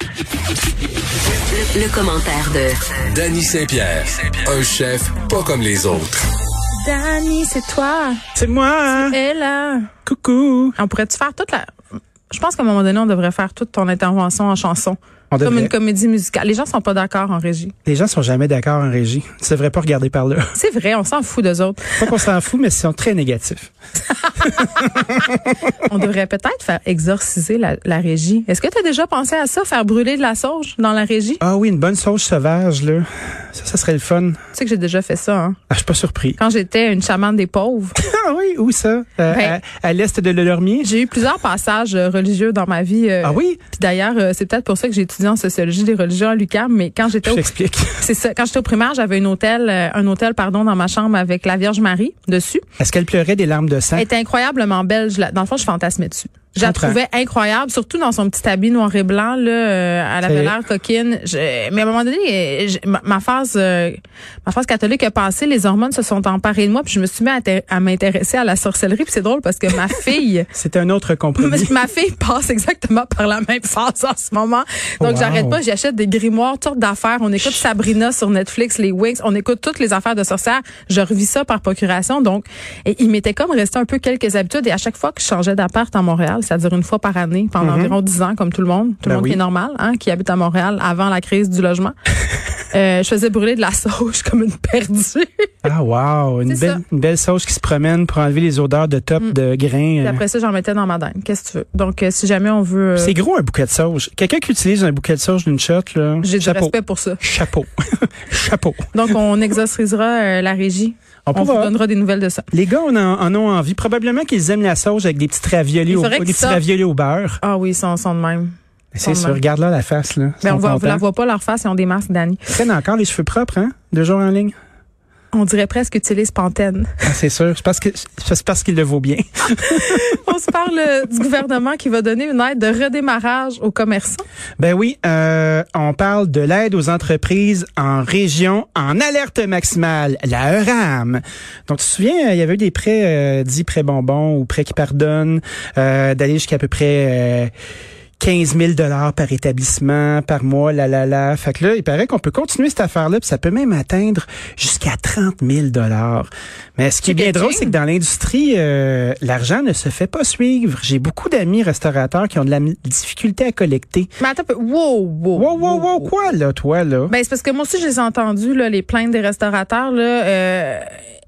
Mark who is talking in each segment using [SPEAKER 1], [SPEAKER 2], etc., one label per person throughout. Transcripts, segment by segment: [SPEAKER 1] Le, le commentaire de
[SPEAKER 2] Danny Saint-Pierre, un chef pas comme les autres.
[SPEAKER 3] Dani, c'est toi.
[SPEAKER 4] C'est moi!
[SPEAKER 3] Et là,
[SPEAKER 4] Coucou!
[SPEAKER 3] on pourrait-tu faire toute la... Je pense qu'à un moment donné, on devrait faire toute ton intervention en chanson.
[SPEAKER 4] On
[SPEAKER 3] Comme
[SPEAKER 4] devrait.
[SPEAKER 3] une comédie musicale. Les gens sont pas d'accord en régie.
[SPEAKER 4] Les gens sont jamais d'accord en régie. Tu devrais pas regarder par là.
[SPEAKER 3] C'est vrai, on s'en fout d'eux autres.
[SPEAKER 4] Pas qu'on s'en fout, mais ils sont très négatifs.
[SPEAKER 3] On devrait peut-être faire exorciser la, la régie. Est-ce que tu as déjà pensé à ça, faire brûler de la sauge dans la régie?
[SPEAKER 4] Ah oui, une bonne sauce sauvage, là. Ça, ça serait le fun.
[SPEAKER 3] Tu sais que j'ai déjà fait ça, hein?
[SPEAKER 4] Ah, je suis pas surpris.
[SPEAKER 3] Quand j'étais une chamane des pauvres,
[SPEAKER 4] Ah oui, où ça? Euh,
[SPEAKER 3] Ben.
[SPEAKER 4] à à l'est de Lelormier?
[SPEAKER 3] j'ai eu plusieurs passages euh, religieux dans ma vie. euh,
[SPEAKER 4] Ah oui?
[SPEAKER 3] Puis d'ailleurs, euh, c'est peut-être pour ça que j'ai étudié en sociologie des religions à l'UQAM, mais quand j'étais
[SPEAKER 4] Je
[SPEAKER 3] au
[SPEAKER 4] t'explique.
[SPEAKER 3] C'est ça. Quand j'étais au primaire, j'avais un hôtel, euh, un hôtel, pardon, dans ma chambre avec la Vierge Marie dessus.
[SPEAKER 4] Est-ce qu'elle pleurait des larmes de sang?
[SPEAKER 3] Elle était incroyablement belle. Je la- dans le fond, je fantasmais dessus. Je la
[SPEAKER 4] comprends.
[SPEAKER 3] trouvais incroyable, surtout dans son petit habit noir et blanc. Là, euh, elle avait
[SPEAKER 4] C'est-
[SPEAKER 3] l'air coquine. Je- mais à un moment donné, euh, je- ma, ma phase, euh, ma phase catholique a passé. Les hormones se sont emparées de moi, puis je me suis mis à, té- à m'intéresser à la sorcellerie. Puis c'est drôle parce que ma fille,
[SPEAKER 4] C'était un autre
[SPEAKER 3] parce
[SPEAKER 4] compromis.
[SPEAKER 3] que ma fille passe exactement par la même phase en ce moment. Donc,
[SPEAKER 4] Wow.
[SPEAKER 3] j'arrête pas, j'achète des grimoires, toutes sortes d'affaires. On écoute Sabrina sur Netflix, les Wix, on écoute toutes les affaires de sorcières. Je revis ça par procuration. Donc, et il m'était comme resté un peu quelques habitudes. Et à chaque fois que je changeais d'appart à Montréal, c'est-à-dire une fois par année, pendant environ 10 ans, comme tout le monde, tout le
[SPEAKER 4] Mhm. Ben
[SPEAKER 3] monde qui
[SPEAKER 4] oui.
[SPEAKER 3] est normal, hein, qui habite à Montréal avant la crise du logement, euh, je faisais brûler de la sauge comme une perdue.
[SPEAKER 4] Ah wow, une
[SPEAKER 3] C'est ça. Mm.
[SPEAKER 4] belle, une belle sauce qui se promène pour enlever les odeurs de top, de
[SPEAKER 3] Puis
[SPEAKER 4] grains. euh.
[SPEAKER 3] après ça, j'en mettais dans ma dinde. Qu'est-ce que tu veux? Donc, euh, si jamais on veut... euh,
[SPEAKER 4] C'est gros un bouquet de sauge. Quelqu'un qui utilise un bouquet de sauge d'une shot, là.
[SPEAKER 3] J'ai du
[SPEAKER 4] chapeau.
[SPEAKER 3] respect pour ça.
[SPEAKER 4] Chapeau. Chapeau.
[SPEAKER 3] Donc, on exorcisera euh, la régie.
[SPEAKER 4] On
[SPEAKER 3] On vous
[SPEAKER 4] pourra.
[SPEAKER 3] donnera des nouvelles de ça.
[SPEAKER 4] Les gars en, en- en ont envie. Probablement qu'ils aiment la sauge avec des petits raviolis
[SPEAKER 3] Il
[SPEAKER 4] au,
[SPEAKER 3] faudrait
[SPEAKER 4] des
[SPEAKER 3] qu'ils
[SPEAKER 4] petits
[SPEAKER 3] sortent.
[SPEAKER 4] raviolis au beurre.
[SPEAKER 3] Ah oui, ils sont, sont de même. sont
[SPEAKER 4] C'est sûr.
[SPEAKER 3] même.
[SPEAKER 4] Regarde-là la face, là. Ils
[SPEAKER 3] Ben,
[SPEAKER 4] sont
[SPEAKER 3] on voit, on
[SPEAKER 4] contents.
[SPEAKER 3] la voit pas leur face, ils ont des masques d'Annie.
[SPEAKER 4] Ils prennent encore les cheveux propres, hein? Deux jours en ligne.
[SPEAKER 3] On dirait presque utilisent Pantene.
[SPEAKER 4] Ah, c'est sûr. C'est parce que, c'est parce qu'il le vaut bien.
[SPEAKER 3] on se parle euh, du gouvernement qui va donner une aide de redémarrage aux commerçants.
[SPEAKER 4] Ben oui, euh, on parle de l'aide aux entreprises en région en alerte maximale, la E ERAM. Donc, tu te souviens, euh, il y avait eu des prêts euh, dits prêts bonbons ou prêts qui pardonnent, euh, d'aller jusqu'à à peu près... euh, 15 000 dollars par établissement, par mois, la la la. Fait que là, il paraît qu'on peut continuer cette affaire-là, puis ça peut même atteindre jusqu'à 30 000 dollars. Mais ce qui est bien
[SPEAKER 3] Cha-ching.
[SPEAKER 4] drôle, c'est que dans l'industrie, euh, l'argent ne se fait pas suivre. J'ai beaucoup d'amis restaurateurs qui ont de la mi- difficulté à collecter.
[SPEAKER 3] Mais attends, un peu. wow, wow,
[SPEAKER 4] Wow, wow, wow, quoi là, toi là?
[SPEAKER 3] Ben, c'est parce que moi aussi, j'ai entendu là, les plaintes des restaurateurs. Là, euh,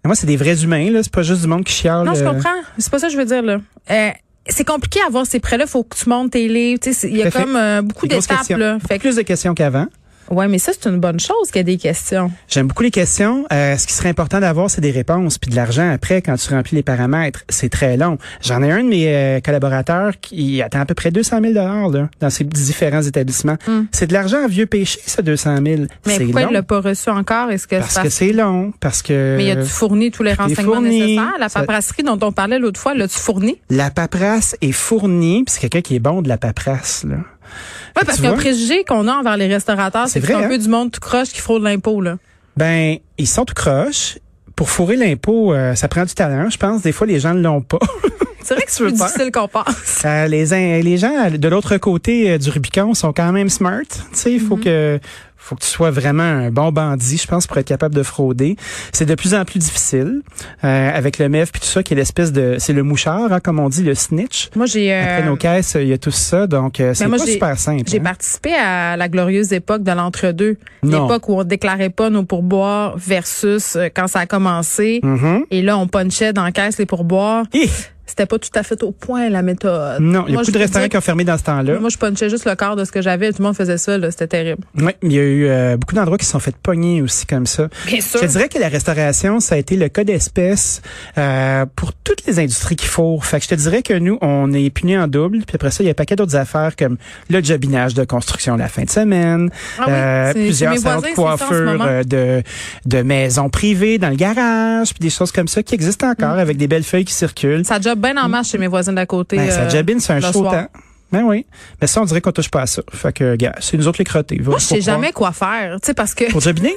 [SPEAKER 4] Moi, c'est des vrais humains là, c'est pas juste du monde qui chiale.
[SPEAKER 3] Non, je
[SPEAKER 4] euh.
[SPEAKER 3] comprends. C'est pas ça que je veux dire. là. Euh, c'est compliqué à avoir ces prêts-là. Faut que tu montes tes livres. Tu sais, c'est- Il y a
[SPEAKER 4] Tout à fait.
[SPEAKER 3] comme euh, beaucoup
[SPEAKER 4] Des grosses
[SPEAKER 3] d'étapes.
[SPEAKER 4] questions.
[SPEAKER 3] là.
[SPEAKER 4] Beaucoup
[SPEAKER 3] Fait que-
[SPEAKER 4] plus de questions qu'avant.
[SPEAKER 3] Ouais, mais ça, c'est une bonne chose qu'il y ait des questions.
[SPEAKER 4] J'aime beaucoup les questions. Euh, ce qui serait important d'avoir, c'est des réponses, puis de l'argent après quand tu remplis les paramètres. C'est très long. J'en ai un de mes euh, collaborateurs qui attend à peu près 200 000 dollars dans ses différents établissements. C'est de l'argent à vieux péché, ça 200 000.
[SPEAKER 3] Hmm. Mais
[SPEAKER 4] c'est
[SPEAKER 3] pourquoi il
[SPEAKER 4] long.
[SPEAKER 3] l'a pas reçu encore? Est-ce que c'est
[SPEAKER 4] Parce que c'est long, parce que
[SPEAKER 3] Mais as-tu fourni tous les renseignements
[SPEAKER 4] fourni.
[SPEAKER 3] nécessaires? La
[SPEAKER 4] Ça-
[SPEAKER 3] paperasserie dont on parlait l'autre fois, l'as-tu fourni?
[SPEAKER 4] la paperasse est fournie, puis c'est quelqu'un qui est bon de la paperasse. Là.
[SPEAKER 3] Oui,
[SPEAKER 4] Tu
[SPEAKER 3] parce qu'un
[SPEAKER 4] vois?
[SPEAKER 3] préjugé qu'on a envers les restaurateurs, c'est
[SPEAKER 4] C'est
[SPEAKER 3] que c'est
[SPEAKER 4] vrai,
[SPEAKER 3] un
[SPEAKER 4] hein?
[SPEAKER 3] peu du monde tout croche qui fraude l'impôt. là.
[SPEAKER 4] Ben, ils sont tout croche. Pour fourrer l'impôt, euh, ça prend du talent, je pense. Des fois, les gens ne l'ont pas.
[SPEAKER 3] C'est vrai que c'est
[SPEAKER 4] Tu veux
[SPEAKER 3] plus
[SPEAKER 4] faire?
[SPEAKER 3] difficile qu'on pense.
[SPEAKER 4] Euh, les, in- les gens de l'autre côté euh, du Rubicon sont quand même smart. Tu sais, il
[SPEAKER 3] Mhm.
[SPEAKER 4] faut que faut que tu sois vraiment un bon bandit, je pense, pour être capable de frauder. C'est de plus en plus difficile euh, avec le MEF puis tout ça, qui est l'espèce de, c'est le mouchard, hein, comme on dit, le snitch.
[SPEAKER 3] Moi, j'ai... euh,
[SPEAKER 4] Après nos caisses, il y a tout ça, donc euh, c'est
[SPEAKER 3] moi,
[SPEAKER 4] pas
[SPEAKER 3] j'ai-
[SPEAKER 4] super simple.
[SPEAKER 3] J'ai
[SPEAKER 4] hein.
[SPEAKER 3] participé à la glorieuse époque de l'entre-deux.
[SPEAKER 4] Non.
[SPEAKER 3] L'époque où on déclarait pas nos pourboires versus euh, quand ça a commencé.
[SPEAKER 4] Mhm.
[SPEAKER 3] Et là, on punchait dans la caisse les pourboires.
[SPEAKER 4] Hi!
[SPEAKER 3] c'était pas tout à fait au point la méthode.
[SPEAKER 4] Non, il y a
[SPEAKER 3] Moi,
[SPEAKER 4] beaucoup de
[SPEAKER 3] je
[SPEAKER 4] restaurants
[SPEAKER 3] dirais
[SPEAKER 4] qui ont fermé dans ce temps-là.
[SPEAKER 3] que- Moi, je punchais juste le quart de ce que j'avais. Tout le monde faisait ça. là. C'était terrible.
[SPEAKER 4] Oui, il y a eu euh, beaucoup d'endroits qui se sont fait pogner aussi comme ça.
[SPEAKER 3] Bien
[SPEAKER 4] Je te dirais que la restauration, ça a été le cas d'espèce euh, pour toutes les industries qui fourrent. Fait que je te dirais que nous, on est punis en double. Puis après ça, il y a un paquet d'autres affaires comme le jobinage de construction la fin de semaine, euh,
[SPEAKER 3] Ah oui, c'est-
[SPEAKER 4] plusieurs
[SPEAKER 3] mes
[SPEAKER 4] salons de
[SPEAKER 3] voisins, c'est ça en ce
[SPEAKER 4] coiffure
[SPEAKER 3] moment.
[SPEAKER 4] euh, de, de maisons privées dans le garage, puis des choses comme ça qui existent
[SPEAKER 3] Mm.
[SPEAKER 4] encore avec des belles feuilles qui circulent.
[SPEAKER 3] Ça job bien en marche chez mes voisines d'à côté.
[SPEAKER 4] Mm. Ben, ça
[SPEAKER 3] euh,
[SPEAKER 4] jobine, c'est un
[SPEAKER 3] le
[SPEAKER 4] chaud
[SPEAKER 3] soir.
[SPEAKER 4] temps. Ben oui. Mais ça, on dirait qu'on touche pas à ça. Fait que, gars, c'est nous autres les crottés.
[SPEAKER 3] Moi, je sais jamais quoi faire. Tu sais, parce que
[SPEAKER 4] Pour jobiner?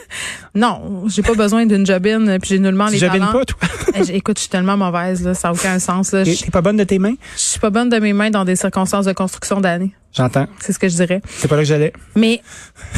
[SPEAKER 3] non, j'ai pas besoin d'une jobine, puis j'ai nullement
[SPEAKER 4] Tu
[SPEAKER 3] les
[SPEAKER 4] jobines
[SPEAKER 3] talents.
[SPEAKER 4] pas, toi?
[SPEAKER 3] Eh, j'- Écoute, je suis tellement mauvaise, là, ça n'a aucun sens. Là. Je
[SPEAKER 4] T'es t'es pas bonne de tes mains?
[SPEAKER 3] je suis pas bonne de mes mains dans des circonstances de construction d'année.
[SPEAKER 4] J'entends.
[SPEAKER 3] C'est ce que je dirais.
[SPEAKER 4] C'est pas là que j'allais.
[SPEAKER 3] Mais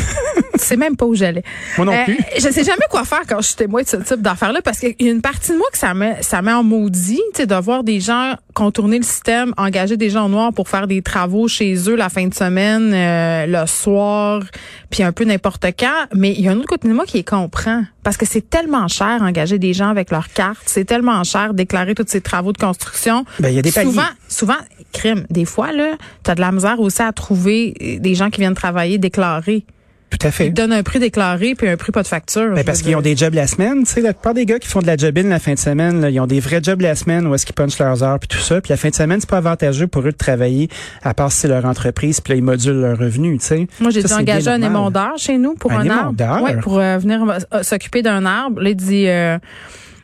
[SPEAKER 3] c'est même pas où j'allais.
[SPEAKER 4] Moi non
[SPEAKER 3] Euh,
[SPEAKER 4] plus.
[SPEAKER 3] Je sais jamais quoi faire quand je suis témoin de ce type d'affaires-là parce qu'il y a une partie de moi que ça met, ça met en maudit, tu sais, de voir des gens contourner le système, engager des gens noirs pour faire des travaux chez eux la fin de semaine, euh, le soir, puis un peu n'importe quand. Mais il y a un autre côté de moi qui les comprend parce que c'est tellement cher engager des gens avec leurs cartes, c'est tellement cher déclarer tous ces travaux de construction.
[SPEAKER 4] Ben, il y a des paliers.
[SPEAKER 3] Souvent, souvent, crime. Des fois, là, t'as de la misère aussi à trouver euh, des gens qui viennent travailler déclarés.
[SPEAKER 4] Tout à fait.
[SPEAKER 3] Ils donnent un prix déclaré puis un prix pas de facture.
[SPEAKER 4] Ben,
[SPEAKER 3] je
[SPEAKER 4] parce
[SPEAKER 3] veux
[SPEAKER 4] qu'ils ont
[SPEAKER 3] dire.
[SPEAKER 4] des jobs la semaine, tu sais, la plupart des gars qui font de la jobine la fin de semaine, là, ils ont des vrais jobs la semaine où est-ce qu'ils punchent leurs heures puis tout ça, puis la fin de semaine, c'est pas avantageux pour eux de travailler à part si c'est leur entreprise, puis là ils modulent leurs revenus, tu sais.
[SPEAKER 3] Moi, j'ai
[SPEAKER 4] Ça,
[SPEAKER 3] dû
[SPEAKER 4] c'est
[SPEAKER 3] engager
[SPEAKER 4] bien
[SPEAKER 3] un
[SPEAKER 4] normal.
[SPEAKER 3] émondeur chez nous pour
[SPEAKER 4] Un
[SPEAKER 3] un,
[SPEAKER 4] émondeur?
[SPEAKER 3] arbre. Ouais, pour euh, venir euh, s'occuper d'un arbre. Là, il dit, euh,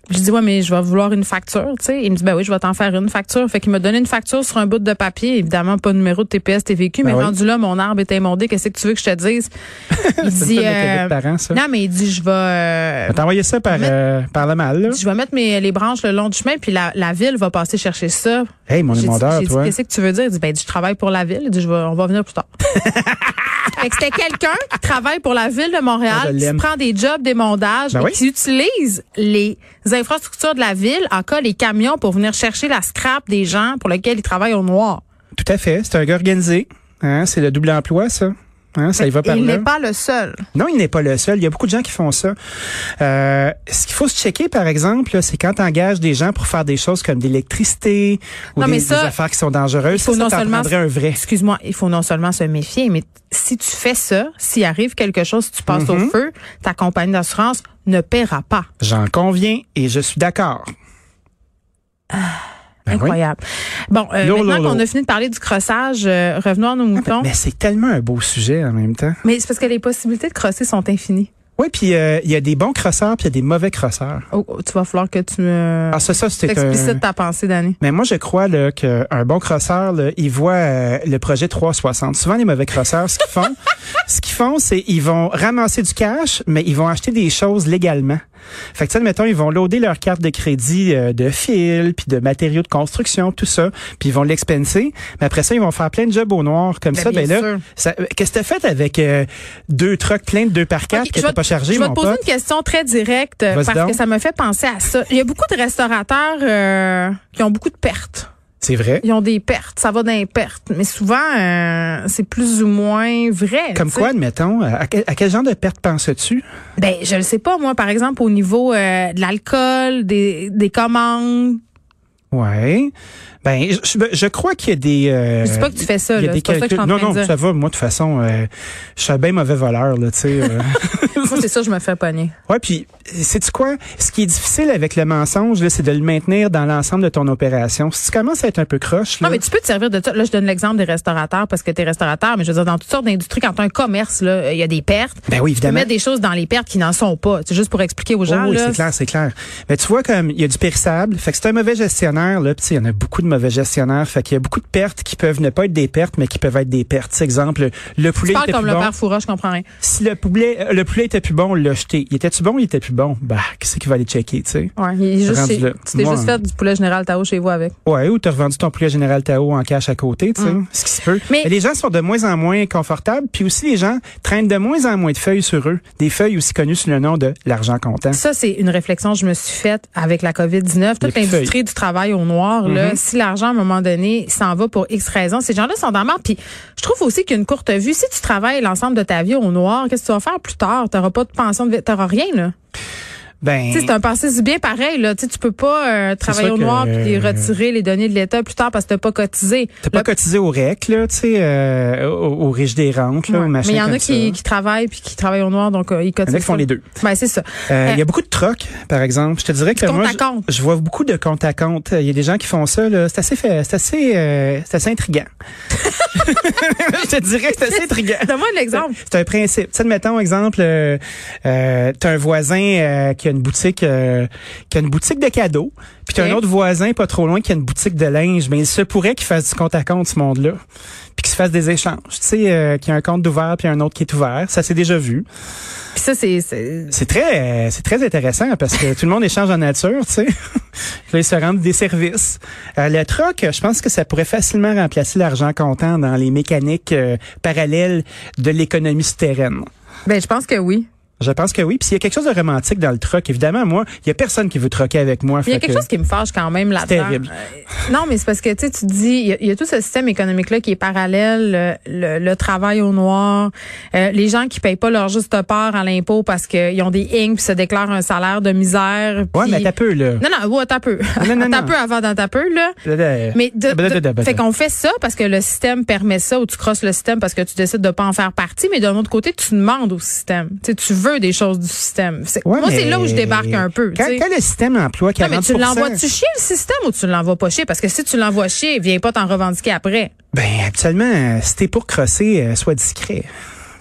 [SPEAKER 3] je dis, ouais, mais je vais vouloir une facture, tu sais. Il me dit, ben oui, je vais t'en faire une facture. Fait qu'il m'a donné une facture sur un bout de papier. Évidemment, pas de numéro de TPS, TVQ,
[SPEAKER 4] Ben
[SPEAKER 3] mais
[SPEAKER 4] oui.
[SPEAKER 3] rendu là, mon arbre est imondé. Qu'est-ce que tu veux que je te dise? Il
[SPEAKER 4] C'est
[SPEAKER 3] dit,
[SPEAKER 4] une méthode de
[SPEAKER 3] euh,
[SPEAKER 4] parents, ça.
[SPEAKER 3] non, mais il dit, je vais, euh,
[SPEAKER 4] On va t'envoyer ça par,
[SPEAKER 3] Mais-
[SPEAKER 4] euh, par le mal, là.
[SPEAKER 3] je vais mettre mes, les branches le long du chemin, puis la, la ville va passer chercher ça.
[SPEAKER 4] Hey, mon
[SPEAKER 3] J'ai dit-
[SPEAKER 4] émondeur,
[SPEAKER 3] j'ai dit,
[SPEAKER 4] toi.
[SPEAKER 3] Qu'est-ce que tu veux dire? Il dit, ben, il dit, je travaille pour la ville. Il dit, je vais- on va venir plus tard. Fait que c'était quelqu'un qui travaille pour la ville de
[SPEAKER 4] Ah, je
[SPEAKER 3] Montréal, qui
[SPEAKER 4] l'aime.
[SPEAKER 3] prend des jobs, des mondages,
[SPEAKER 4] Ben
[SPEAKER 3] et
[SPEAKER 4] oui.
[SPEAKER 3] qui utilise les infrastructures de la ville, en cas les camions, pour venir chercher la scrap des gens pour lesquels ils travaillent au noir.
[SPEAKER 4] Tout à fait. C'est un gars organisé. Hein, c'est le double emploi, ça. Hein, ça y va
[SPEAKER 3] Et
[SPEAKER 4] par
[SPEAKER 3] il
[SPEAKER 4] là.
[SPEAKER 3] n'est pas le seul.
[SPEAKER 4] Non, il n'est pas le seul. Il y a beaucoup de gens qui font ça. Euh, ce qu'il faut se checker, par exemple, là, c'est quand tu engages des gens pour faire des choses comme de l'électricité ou
[SPEAKER 3] Non,
[SPEAKER 4] des,
[SPEAKER 3] mais ça,
[SPEAKER 4] des affaires qui sont dangereuses.
[SPEAKER 3] il faut
[SPEAKER 4] ça,
[SPEAKER 3] non
[SPEAKER 4] ça, t'en
[SPEAKER 3] seulement-
[SPEAKER 4] prendrais un vrai.
[SPEAKER 3] Excuse-moi, il faut non seulement se méfier, mais si tu fais ça, s'il arrive quelque chose, si tu passes
[SPEAKER 4] Mm-hmm.
[SPEAKER 3] au feu, ta compagnie d'assurance ne paiera pas.
[SPEAKER 4] J'en conviens et je suis d'accord. Ben oui.
[SPEAKER 3] Incroyable. Bon, euh,
[SPEAKER 4] Lourd,
[SPEAKER 3] maintenant
[SPEAKER 4] lourd,
[SPEAKER 3] qu'on a
[SPEAKER 4] lourd.
[SPEAKER 3] fini de parler du crossage, euh, revenons à nos moutons.
[SPEAKER 4] Ah, Mais c'est tellement un beau sujet en même temps.
[SPEAKER 3] Mais c'est parce que les possibilités de crosser sont infinies.
[SPEAKER 4] Oui, puis euh, il y a des bons crosseurs puis il y a des mauvais crosseurs.
[SPEAKER 3] Oh, oh, tu vas falloir que tu me
[SPEAKER 4] Alors ça, ça Ah, c'est
[SPEAKER 3] t'explicites
[SPEAKER 4] un...
[SPEAKER 3] ta pensée, Danny.
[SPEAKER 4] Mais moi, je crois là, qu'un bon crosseur, là, il voit euh, le projet 360. Souvent, les mauvais crosseurs, ce qu'ils font, ce qu'ils font, c'est ils vont ramasser du cash, mais ils vont acheter des choses légalement. Fait que, tu sais, admettons, ils vont loader leur carte de crédit euh, de fil, puis de matériaux de construction, tout ça, puis ils vont l'expenser. Mais après ça, ils vont faire plein de jobs au noir. Comme
[SPEAKER 3] Ben,
[SPEAKER 4] ça,
[SPEAKER 3] bien
[SPEAKER 4] ben là,
[SPEAKER 3] sûr.
[SPEAKER 4] ça- euh, qu'est-ce que t'as fait avec euh, deux trucks pleins de 2 par 4
[SPEAKER 3] Ok,
[SPEAKER 4] que
[SPEAKER 3] je
[SPEAKER 4] t'as
[SPEAKER 3] vais-
[SPEAKER 4] pas chargé,
[SPEAKER 3] Je vais te
[SPEAKER 4] mon
[SPEAKER 3] poser
[SPEAKER 4] pote?
[SPEAKER 3] une question très directe euh,
[SPEAKER 4] Vas-y
[SPEAKER 3] parce
[SPEAKER 4] donc.
[SPEAKER 3] que ça me fait penser à ça. Il y a beaucoup de restaurateurs euh, qui ont beaucoup de pertes.
[SPEAKER 4] C'est vrai.
[SPEAKER 3] Ils ont des pertes, ça va dans les pertes, mais souvent euh, c'est plus ou moins vrai.
[SPEAKER 4] Comme
[SPEAKER 3] tu sais.
[SPEAKER 4] quoi, admettons, à quel, à quel genre de perte penses-tu?
[SPEAKER 3] Ben, je le sais pas, moi, par exemple, au niveau euh, de l'alcool, des, des commandes.
[SPEAKER 4] Ouais. Ben, je, je- je crois qu'il y a des. Euh,
[SPEAKER 3] Je dis pas que tu fais ça,
[SPEAKER 4] il y a
[SPEAKER 3] là.
[SPEAKER 4] des
[SPEAKER 3] C'est pas ça que je suis en train
[SPEAKER 4] calculs. non,
[SPEAKER 3] de
[SPEAKER 4] non,
[SPEAKER 3] dire.
[SPEAKER 4] ça va. Moi, de toute façon, euh, je suis un bien mauvais voleur, là, tu sais. euh.
[SPEAKER 3] Moi, c'est ça, je me fais pogner.
[SPEAKER 4] ouais, puis, sais-tu quoi? Ce qui est difficile avec le mensonge, là, c'est de le maintenir dans l'ensemble de ton opération. Si tu commences à être un peu croche, là.
[SPEAKER 3] Non, mais tu peux te servir de ça. Là, je donne l'exemple des restaurateurs parce que t'es restaurateur, mais je veux dire, dans toutes sortes d'industries, quand t'as un commerce, là, il y a des pertes.
[SPEAKER 4] Ben oui,
[SPEAKER 3] Tu peux
[SPEAKER 4] évidemment.
[SPEAKER 3] mettre des choses dans les pertes qui n'en sont pas. C'est juste pour expliquer aux gens,
[SPEAKER 4] Oh oui,
[SPEAKER 3] là.
[SPEAKER 4] c'est clair, c'est clair. Mais tu vois, comme il y a du périssable, fait que c'est un mauvais gestionnaire, là, puis tu sais, il y en a beaucoup de mauvais gestionnaires, fait qu'il y a beaucoup de pertes qui peuvent ne pas être des pertes, mais qui peuvent être des pertes. Tu sais, exemple, le poulet
[SPEAKER 3] Tu parles
[SPEAKER 4] était
[SPEAKER 3] comme
[SPEAKER 4] plus
[SPEAKER 3] le
[SPEAKER 4] bon.
[SPEAKER 3] père Foura, je comprends rien.
[SPEAKER 4] si le poulet, euh, le poulet était plus bon, on l'a jeté. Il était-tu bon, il était plus bon? Bah, qui c'est qui va aller checker, tu sais?
[SPEAKER 3] Ouais, il est juste
[SPEAKER 4] Rendu
[SPEAKER 3] chez-
[SPEAKER 4] là.
[SPEAKER 3] tu t'es
[SPEAKER 4] Moi,
[SPEAKER 3] juste
[SPEAKER 4] hein.
[SPEAKER 3] fait du poulet général Tao chez vous avec.
[SPEAKER 4] Ouais, ou t'as revendu ton poulet général Tao en cash à côté, tu sais, ce qui se peut.
[SPEAKER 3] Mm. Mais-
[SPEAKER 4] les gens sont de moins en moins confortables, puis aussi les gens traînent de moins en moins de feuilles sur eux, des feuilles aussi connues sous le nom de l'argent comptant.
[SPEAKER 3] Ça, c'est une réflexion que je me suis faite avec la COVID-19. Toute
[SPEAKER 4] Les petites
[SPEAKER 3] l'industrie du travail au noir, là,
[SPEAKER 4] Mm-hmm.
[SPEAKER 3] si l'argent, à un moment donné, s'en va pour X raisons, ces gens-là sont dans la merde. Puis je trouve aussi qu'il y a une courte vue. Si tu travailles l'ensemble de ta vie au noir, qu'est-ce que tu vas faire plus tard? T'auras pas de pension, de... vie- t'auras rien, là.
[SPEAKER 4] Ben,
[SPEAKER 3] Tu sais, C'est un passé du bien pareil. Là. Tu sais, tu peux pas euh, travailler
[SPEAKER 4] sûr
[SPEAKER 3] au
[SPEAKER 4] que- euh,
[SPEAKER 3] noir puis retirer les données de l'État plus tard parce que tu pas cotisé.
[SPEAKER 4] t'as pas
[SPEAKER 3] Là,
[SPEAKER 4] cotisé au REC, là, tu sais, euh, au, au riche des rentes, là,
[SPEAKER 3] ouais.
[SPEAKER 4] au
[SPEAKER 3] Mais
[SPEAKER 4] machin
[SPEAKER 3] il y en
[SPEAKER 4] comme
[SPEAKER 3] a qui,
[SPEAKER 4] ça.
[SPEAKER 3] qui travaillent puis qui travaillent au noir, donc euh, ils
[SPEAKER 4] Il y
[SPEAKER 3] cotisent.
[SPEAKER 4] en a qui font
[SPEAKER 3] pas.
[SPEAKER 4] les deux.
[SPEAKER 3] Ben, c'est ça. Euh,
[SPEAKER 4] Euh, Il y a beaucoup de trocs, par exemple. Je te dirais que
[SPEAKER 3] compte
[SPEAKER 4] moi,
[SPEAKER 3] à
[SPEAKER 4] je-
[SPEAKER 3] compte.
[SPEAKER 4] je vois beaucoup de compte à compte. Il y a des gens qui font ça. là. C'est assez, fait- c'est assez, euh, c'est assez intriguant. je te dirais que c'est assez intriguant.
[SPEAKER 3] Donne-moi un exemple.
[SPEAKER 4] C'est un principe. Tu sais, admettons, exemple, euh, euh, t'as un voisin euh, qui a une boutique euh, qui a une boutique de cadeaux, puis t'as
[SPEAKER 3] Ok.
[SPEAKER 4] un autre voisin pas trop loin qui a une boutique de linge. Mais il se pourrait qu'il fasse du compte à compte, ce monde-là, puis qu'il se fasse des échanges. Tu sais, euh, qu'il y a un compte d'ouvert puis un autre qui est ouvert. Ça s'est déjà vu.
[SPEAKER 3] Puis ça, c'est. c'est-
[SPEAKER 4] C'est très, euh, c'est très intéressant parce que tout le monde échange en nature, tu sais. Puis là, Ils se rendent des services. Euh, le troc, euh, je pense que ça pourrait facilement remplacer l'argent comptant dans les mécaniques euh, parallèles de l'économie souterraine.
[SPEAKER 3] Ben, je pense que oui.
[SPEAKER 4] Je pense que oui. Puis il y a quelque chose de romantique dans le troc. Évidemment, moi, il y a personne qui veut troquer avec moi.
[SPEAKER 3] Il y a
[SPEAKER 4] Fait
[SPEAKER 3] quelque
[SPEAKER 4] que-
[SPEAKER 3] chose qui me fâche quand même là-dedans.
[SPEAKER 4] terrible.
[SPEAKER 3] Euh, non, mais c'est parce que tu sais, tu dis, il y a- il y, a tout ce système économique-là qui est parallèle, le, le- le travail au noir, euh, les gens qui payent pas leur juste part à l'impôt parce qu'ils ont des incs puis se déclarent un salaire de misère.
[SPEAKER 4] Ouais,
[SPEAKER 3] puis-
[SPEAKER 4] mais t'as peu, là.
[SPEAKER 3] Non, non, ouais, t'as peu.
[SPEAKER 4] Non,
[SPEAKER 3] T'as
[SPEAKER 4] non, non. Bah,
[SPEAKER 3] peu avant d'en t'as peu, là. Mais de- de- fait qu'on fait ça parce que le système permet ça ou tu crosses le système parce que tu décides de pas en faire partie, mais d'un autre côté, tu demandes au système. Tu sais, tu veux des choses du système. C'est-
[SPEAKER 4] Ouais,
[SPEAKER 3] moi,
[SPEAKER 4] mais
[SPEAKER 3] c'est là où je débarque un peu.
[SPEAKER 4] Quand,
[SPEAKER 3] tu sais.
[SPEAKER 4] quand le système emploie
[SPEAKER 3] Non,
[SPEAKER 4] 40
[SPEAKER 3] mais tu l'envoies-tu chier le système ou tu l'envoies pas chier? Parce que si tu l'envoies chier, viens pas t'en revendiquer après.
[SPEAKER 4] Ben, habituellement, euh, si t'es pour crosser, euh, sois discret.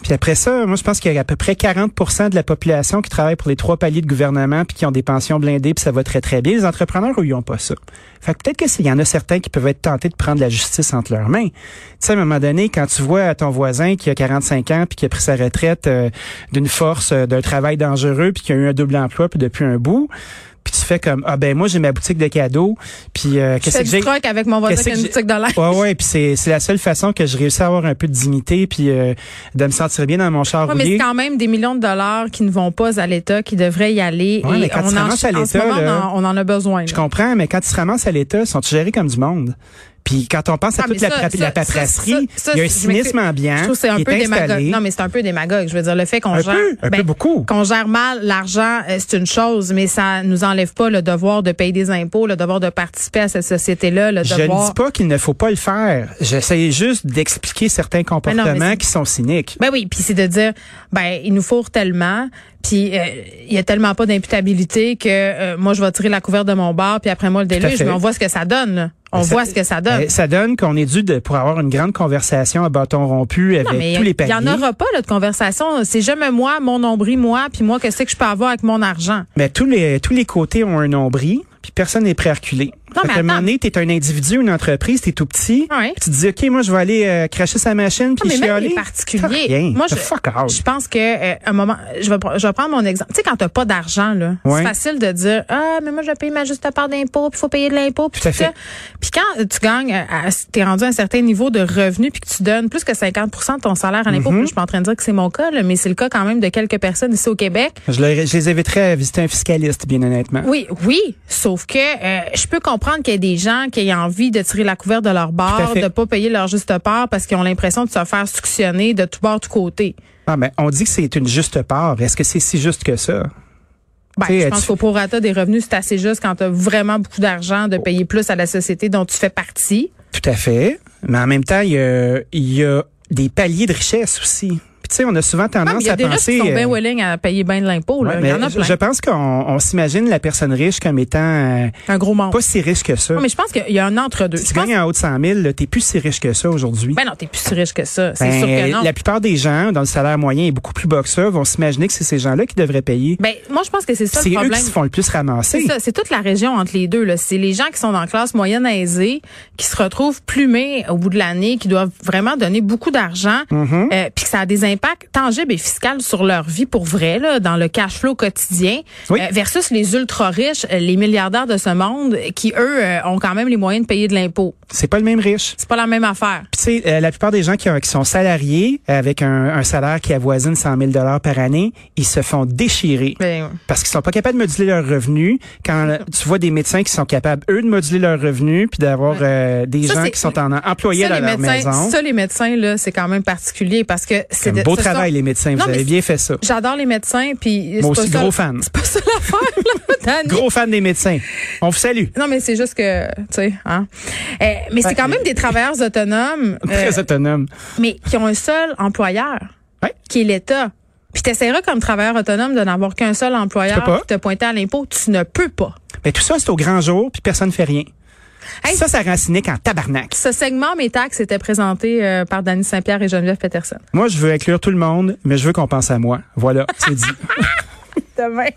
[SPEAKER 4] Puis après ça, moi, je pense qu'il y a à peu près 40 de la population qui travaille pour les trois paliers de gouvernement puis qui ont des pensions blindées, puis ça va très, très bien. Les entrepreneurs, eux, ils ont pas ça. Fait que peut-être que s'il y en a certains qui peuvent être tentés de prendre la justice entre leurs mains. Tu sais, à un moment donné, quand tu vois ton voisin qui a 45 ans puis qui a pris sa retraite euh, d'une force, euh, d'un travail dangereux puis qui a eu un double emploi puis depuis un bout, puis tu fais comme, ah ben moi, j'ai ma boutique de cadeaux puis euh,
[SPEAKER 3] Je
[SPEAKER 4] qu'est-ce
[SPEAKER 3] fais
[SPEAKER 4] que
[SPEAKER 3] du
[SPEAKER 4] j'ai...
[SPEAKER 3] truc avec mon voisin
[SPEAKER 4] qu'est-ce
[SPEAKER 3] qui a une
[SPEAKER 4] que j'ai-
[SPEAKER 3] boutique de linge.
[SPEAKER 4] Ouais, ouais, puis c'est, c'est la seule façon que je réussis à avoir un peu de dignité puis euh, de me sentir bien dans mon char
[SPEAKER 3] Ouais, mais c'est
[SPEAKER 4] rouillé.
[SPEAKER 3] quand même des millions de dollars qui ne vont pas à l'État, qui devraient y aller.
[SPEAKER 4] Ouais,
[SPEAKER 3] et
[SPEAKER 4] mais quand
[SPEAKER 3] on
[SPEAKER 4] tu
[SPEAKER 3] en,
[SPEAKER 4] ramasses à
[SPEAKER 3] en ce
[SPEAKER 4] l'État,
[SPEAKER 3] moment, on
[SPEAKER 4] là,
[SPEAKER 3] en, on en a besoin.
[SPEAKER 4] Je
[SPEAKER 3] là.
[SPEAKER 4] comprends, mais quand ils se ramassent à l'État, ils sont gérés comme du monde. Puis quand on pense
[SPEAKER 3] Ah,
[SPEAKER 4] à toute
[SPEAKER 3] mais
[SPEAKER 4] la,
[SPEAKER 3] ça,
[SPEAKER 4] pra-
[SPEAKER 3] ça,
[SPEAKER 4] la
[SPEAKER 3] ça,
[SPEAKER 4] paperasserie,
[SPEAKER 3] ça, ça,
[SPEAKER 4] il y a un
[SPEAKER 3] je
[SPEAKER 4] cynisme
[SPEAKER 3] m'excuse.
[SPEAKER 4] ambiant
[SPEAKER 3] Je trouve que c'est un
[SPEAKER 4] qui
[SPEAKER 3] peu
[SPEAKER 4] est
[SPEAKER 3] démagogue.
[SPEAKER 4] installé.
[SPEAKER 3] Non, mais c'est un peu démagogue. Je veux dire, le fait qu'on
[SPEAKER 4] Un
[SPEAKER 3] gère. ben,
[SPEAKER 4] peu, un peu beaucoup.
[SPEAKER 3] Qu'on gère mal l'argent, euh, c'est une chose, mais ça nous enlève pas le devoir de payer des impôts, le devoir de participer à cette société-là, le
[SPEAKER 4] je ne
[SPEAKER 3] devoir.
[SPEAKER 4] dis pas qu'il ne faut pas le faire. J'essaie juste d'expliquer certains
[SPEAKER 3] non, mais
[SPEAKER 4] comportements
[SPEAKER 3] c'est-
[SPEAKER 4] qui sont cyniques.
[SPEAKER 3] Ben oui, puis c'est de dire, ben il nous fourre tellement, puis euh, il y a tellement pas d'imputabilité que euh, moi je vais tirer la couverte de mon bar, puis après moi le
[SPEAKER 4] à
[SPEAKER 3] déluge,
[SPEAKER 4] fait.
[SPEAKER 3] mais on voit ce que ça donne. là. On
[SPEAKER 4] Mais ça-
[SPEAKER 3] voit ce que ça donne.
[SPEAKER 4] Euh, ça donne qu'on est dû de, pour avoir une grande conversation à bâton rompu avec
[SPEAKER 3] Non, mais
[SPEAKER 4] tous les paliers.
[SPEAKER 3] Il n'y en aura pas là, de conversation. C'est jamais moi, mon nombril, moi, puis moi, qu'est-ce que je peux avoir avec mon argent?
[SPEAKER 4] Mais Ben, tous les tous les côtés ont un nombril, puis personne n'est prêt à reculer.
[SPEAKER 3] Non, mais
[SPEAKER 4] à un moment
[SPEAKER 3] attends. Ah
[SPEAKER 4] donné, t'es un individu, une entreprise, t'es tout petit.
[SPEAKER 3] Ouais.
[SPEAKER 4] puis Tu te dis ok, moi je vais aller euh, cracher sa machine puis
[SPEAKER 3] Non, mais même
[SPEAKER 4] chialer.
[SPEAKER 3] les
[SPEAKER 4] T'as
[SPEAKER 3] particuliers.
[SPEAKER 4] rien.
[SPEAKER 3] Moi,
[SPEAKER 4] T'as
[SPEAKER 3] je,
[SPEAKER 4] fuck all.
[SPEAKER 3] je pense que euh, un moment, je vais, pr- je vais prendre mon exemple. Tu sais, quand t'as pas d'argent là,
[SPEAKER 4] Ouais.
[SPEAKER 3] c'est facile de dire ah mais moi je paye ma juste part d'impôt, puis faut payer de l'impôt, puis
[SPEAKER 4] Tout à
[SPEAKER 3] tout
[SPEAKER 4] fait.
[SPEAKER 3] ça. Puis quand euh, tu gagnes, euh, à- t'es rendu à un certain niveau de revenu, puis que tu donnes plus que 50% de ton salaire à l'impôt.
[SPEAKER 4] Mm-hmm.
[SPEAKER 3] Puis Je suis pas en train de dire que c'est mon cas, là, mais c'est le cas quand même de quelques personnes ici au Québec.
[SPEAKER 4] Je, le- je les éviterais à visiter un fiscaliste, bien honnêtement.
[SPEAKER 3] Oui, oui, sauf que euh, je peux comprendre qu'il y a des gens qui aient envie de tirer la couverte de leur
[SPEAKER 4] Tout à
[SPEAKER 3] bar,
[SPEAKER 4] fait.
[SPEAKER 3] de pas payer leur juste part parce qu'ils ont l'impression de se faire suctionner de tout bord, tout côté.
[SPEAKER 4] Ah, ben, on dit que c'est une juste part. Est-ce que c'est si juste que ça
[SPEAKER 3] Ben,
[SPEAKER 4] T'sais,
[SPEAKER 3] je pense
[SPEAKER 4] tu-
[SPEAKER 3] qu'au prorata des revenus, c'est assez juste quand tu as vraiment beaucoup d'argent de
[SPEAKER 4] Oh.
[SPEAKER 3] payer plus à la société dont tu fais partie.
[SPEAKER 4] Tout à fait. Mais en même temps, il y a, il y a des paliers de richesse aussi. Puis tu sais, on a
[SPEAKER 3] Ah,
[SPEAKER 4] souvent
[SPEAKER 3] mais
[SPEAKER 4] tendance
[SPEAKER 3] Il y a
[SPEAKER 4] à
[SPEAKER 3] des riches
[SPEAKER 4] penser.
[SPEAKER 3] qui sont bien
[SPEAKER 4] euh,
[SPEAKER 3] willing à payer bien de l'impôt. là.
[SPEAKER 4] ouais,
[SPEAKER 3] Il y en
[SPEAKER 4] mais
[SPEAKER 3] a
[SPEAKER 4] je,
[SPEAKER 3] plein.
[SPEAKER 4] je pense qu'on on s'imagine la personne riche comme étant euh,
[SPEAKER 3] un gros monde.
[SPEAKER 4] pas si riche que ça.
[SPEAKER 3] Non, mais je pense qu'il y a un entre-deux.
[SPEAKER 4] Si
[SPEAKER 3] Je
[SPEAKER 4] tu
[SPEAKER 3] pense...
[SPEAKER 4] gagnes en haut de 100 000, là, t'es plus si riche que ça aujourd'hui.
[SPEAKER 3] Ben non, t'es plus si riche que ça. C'est
[SPEAKER 4] Ben,
[SPEAKER 3] sûr que non.
[SPEAKER 4] La plupart des gens, dans le salaire moyen est beaucoup plus bas que ça, vont s'imaginer que c'est ces gens-là qui devraient payer.
[SPEAKER 3] Ben, moi, je pense que c'est ça
[SPEAKER 4] c'est
[SPEAKER 3] le
[SPEAKER 4] eux
[SPEAKER 3] problème.
[SPEAKER 4] qui se font le plus ramasser.
[SPEAKER 3] C'est ça, c'est toute la région entre les deux. là. C'est les gens qui sont dans la classe moyenne aisée, qui se retrouvent plumés au bout de l'année, qui doivent vraiment donner beaucoup d'argent,
[SPEAKER 4] Mm-hmm.
[SPEAKER 3] euh, puis que ça a des impacts tangibles et fiscaux sur leur vie pour vrai, là, dans le cash flow quotidien,
[SPEAKER 4] Oui.
[SPEAKER 3] euh, versus les ultra-riches, euh, les milliardaires de ce monde, euh, qui, eux, euh, ont quand même les moyens de payer de l'impôt.
[SPEAKER 4] C'est pas le même riche.
[SPEAKER 3] C'est pas la même affaire.
[SPEAKER 4] Puis, tu sais, euh, la plupart des gens qui, ont- qui sont salariés avec un, un salaire qui avoisine 100 000 par année, ils se font déchirer.
[SPEAKER 3] Ben,
[SPEAKER 4] Parce qu'ils sont pas capables de moduler leurs revenus. Quand euh, tu vois des médecins qui sont capables, eux, de moduler leurs revenus, puis d'avoir euh, des
[SPEAKER 3] Ça,
[SPEAKER 4] gens
[SPEAKER 3] c'est-
[SPEAKER 4] qui sont en employés
[SPEAKER 3] ça,
[SPEAKER 4] dans
[SPEAKER 3] les
[SPEAKER 4] leur
[SPEAKER 3] médecins,
[SPEAKER 4] maison.
[SPEAKER 3] ça, les médecins, là, c'est quand même particulier parce que c'est
[SPEAKER 4] Comme
[SPEAKER 3] de-
[SPEAKER 4] Beau
[SPEAKER 3] ce
[SPEAKER 4] travail,
[SPEAKER 3] sont-
[SPEAKER 4] les médecins.
[SPEAKER 3] Non,
[SPEAKER 4] vous
[SPEAKER 3] mais
[SPEAKER 4] avez bien fait ça.
[SPEAKER 3] J'adore les médecins, puis
[SPEAKER 4] Moi
[SPEAKER 3] c'est
[SPEAKER 4] aussi,
[SPEAKER 3] pas ça-
[SPEAKER 4] gros fan.
[SPEAKER 3] C'est pas ça l'affaire, là, Dani.
[SPEAKER 4] Gros fan des médecins. On vous salue.
[SPEAKER 3] Non, mais c'est juste que, tu sais, hein. Euh, mais c'est quand même des travailleurs autonomes, euh,
[SPEAKER 4] Très autonome.
[SPEAKER 3] mais qui ont un seul employeur,
[SPEAKER 4] Ouais.
[SPEAKER 3] qui est l'État. Puis t'essaieras comme travailleur autonome de n'avoir qu'un seul employeur
[SPEAKER 4] Tu peux pas.
[SPEAKER 3] qui te pointe à l'impôt. Tu ne peux pas.
[SPEAKER 4] Mais tout ça, c'est au grand jour, puis personne ne fait rien.
[SPEAKER 3] Hey.
[SPEAKER 4] Ça, ça rend cynique en tabarnak.
[SPEAKER 3] Ce segment Mes taxes était présenté euh, par Dany Saint-Pierre et Geneviève Peterson.
[SPEAKER 4] Moi, je veux inclure tout le monde, mais je veux qu'on pense à moi. Voilà, c'est dit.
[SPEAKER 3] Demain.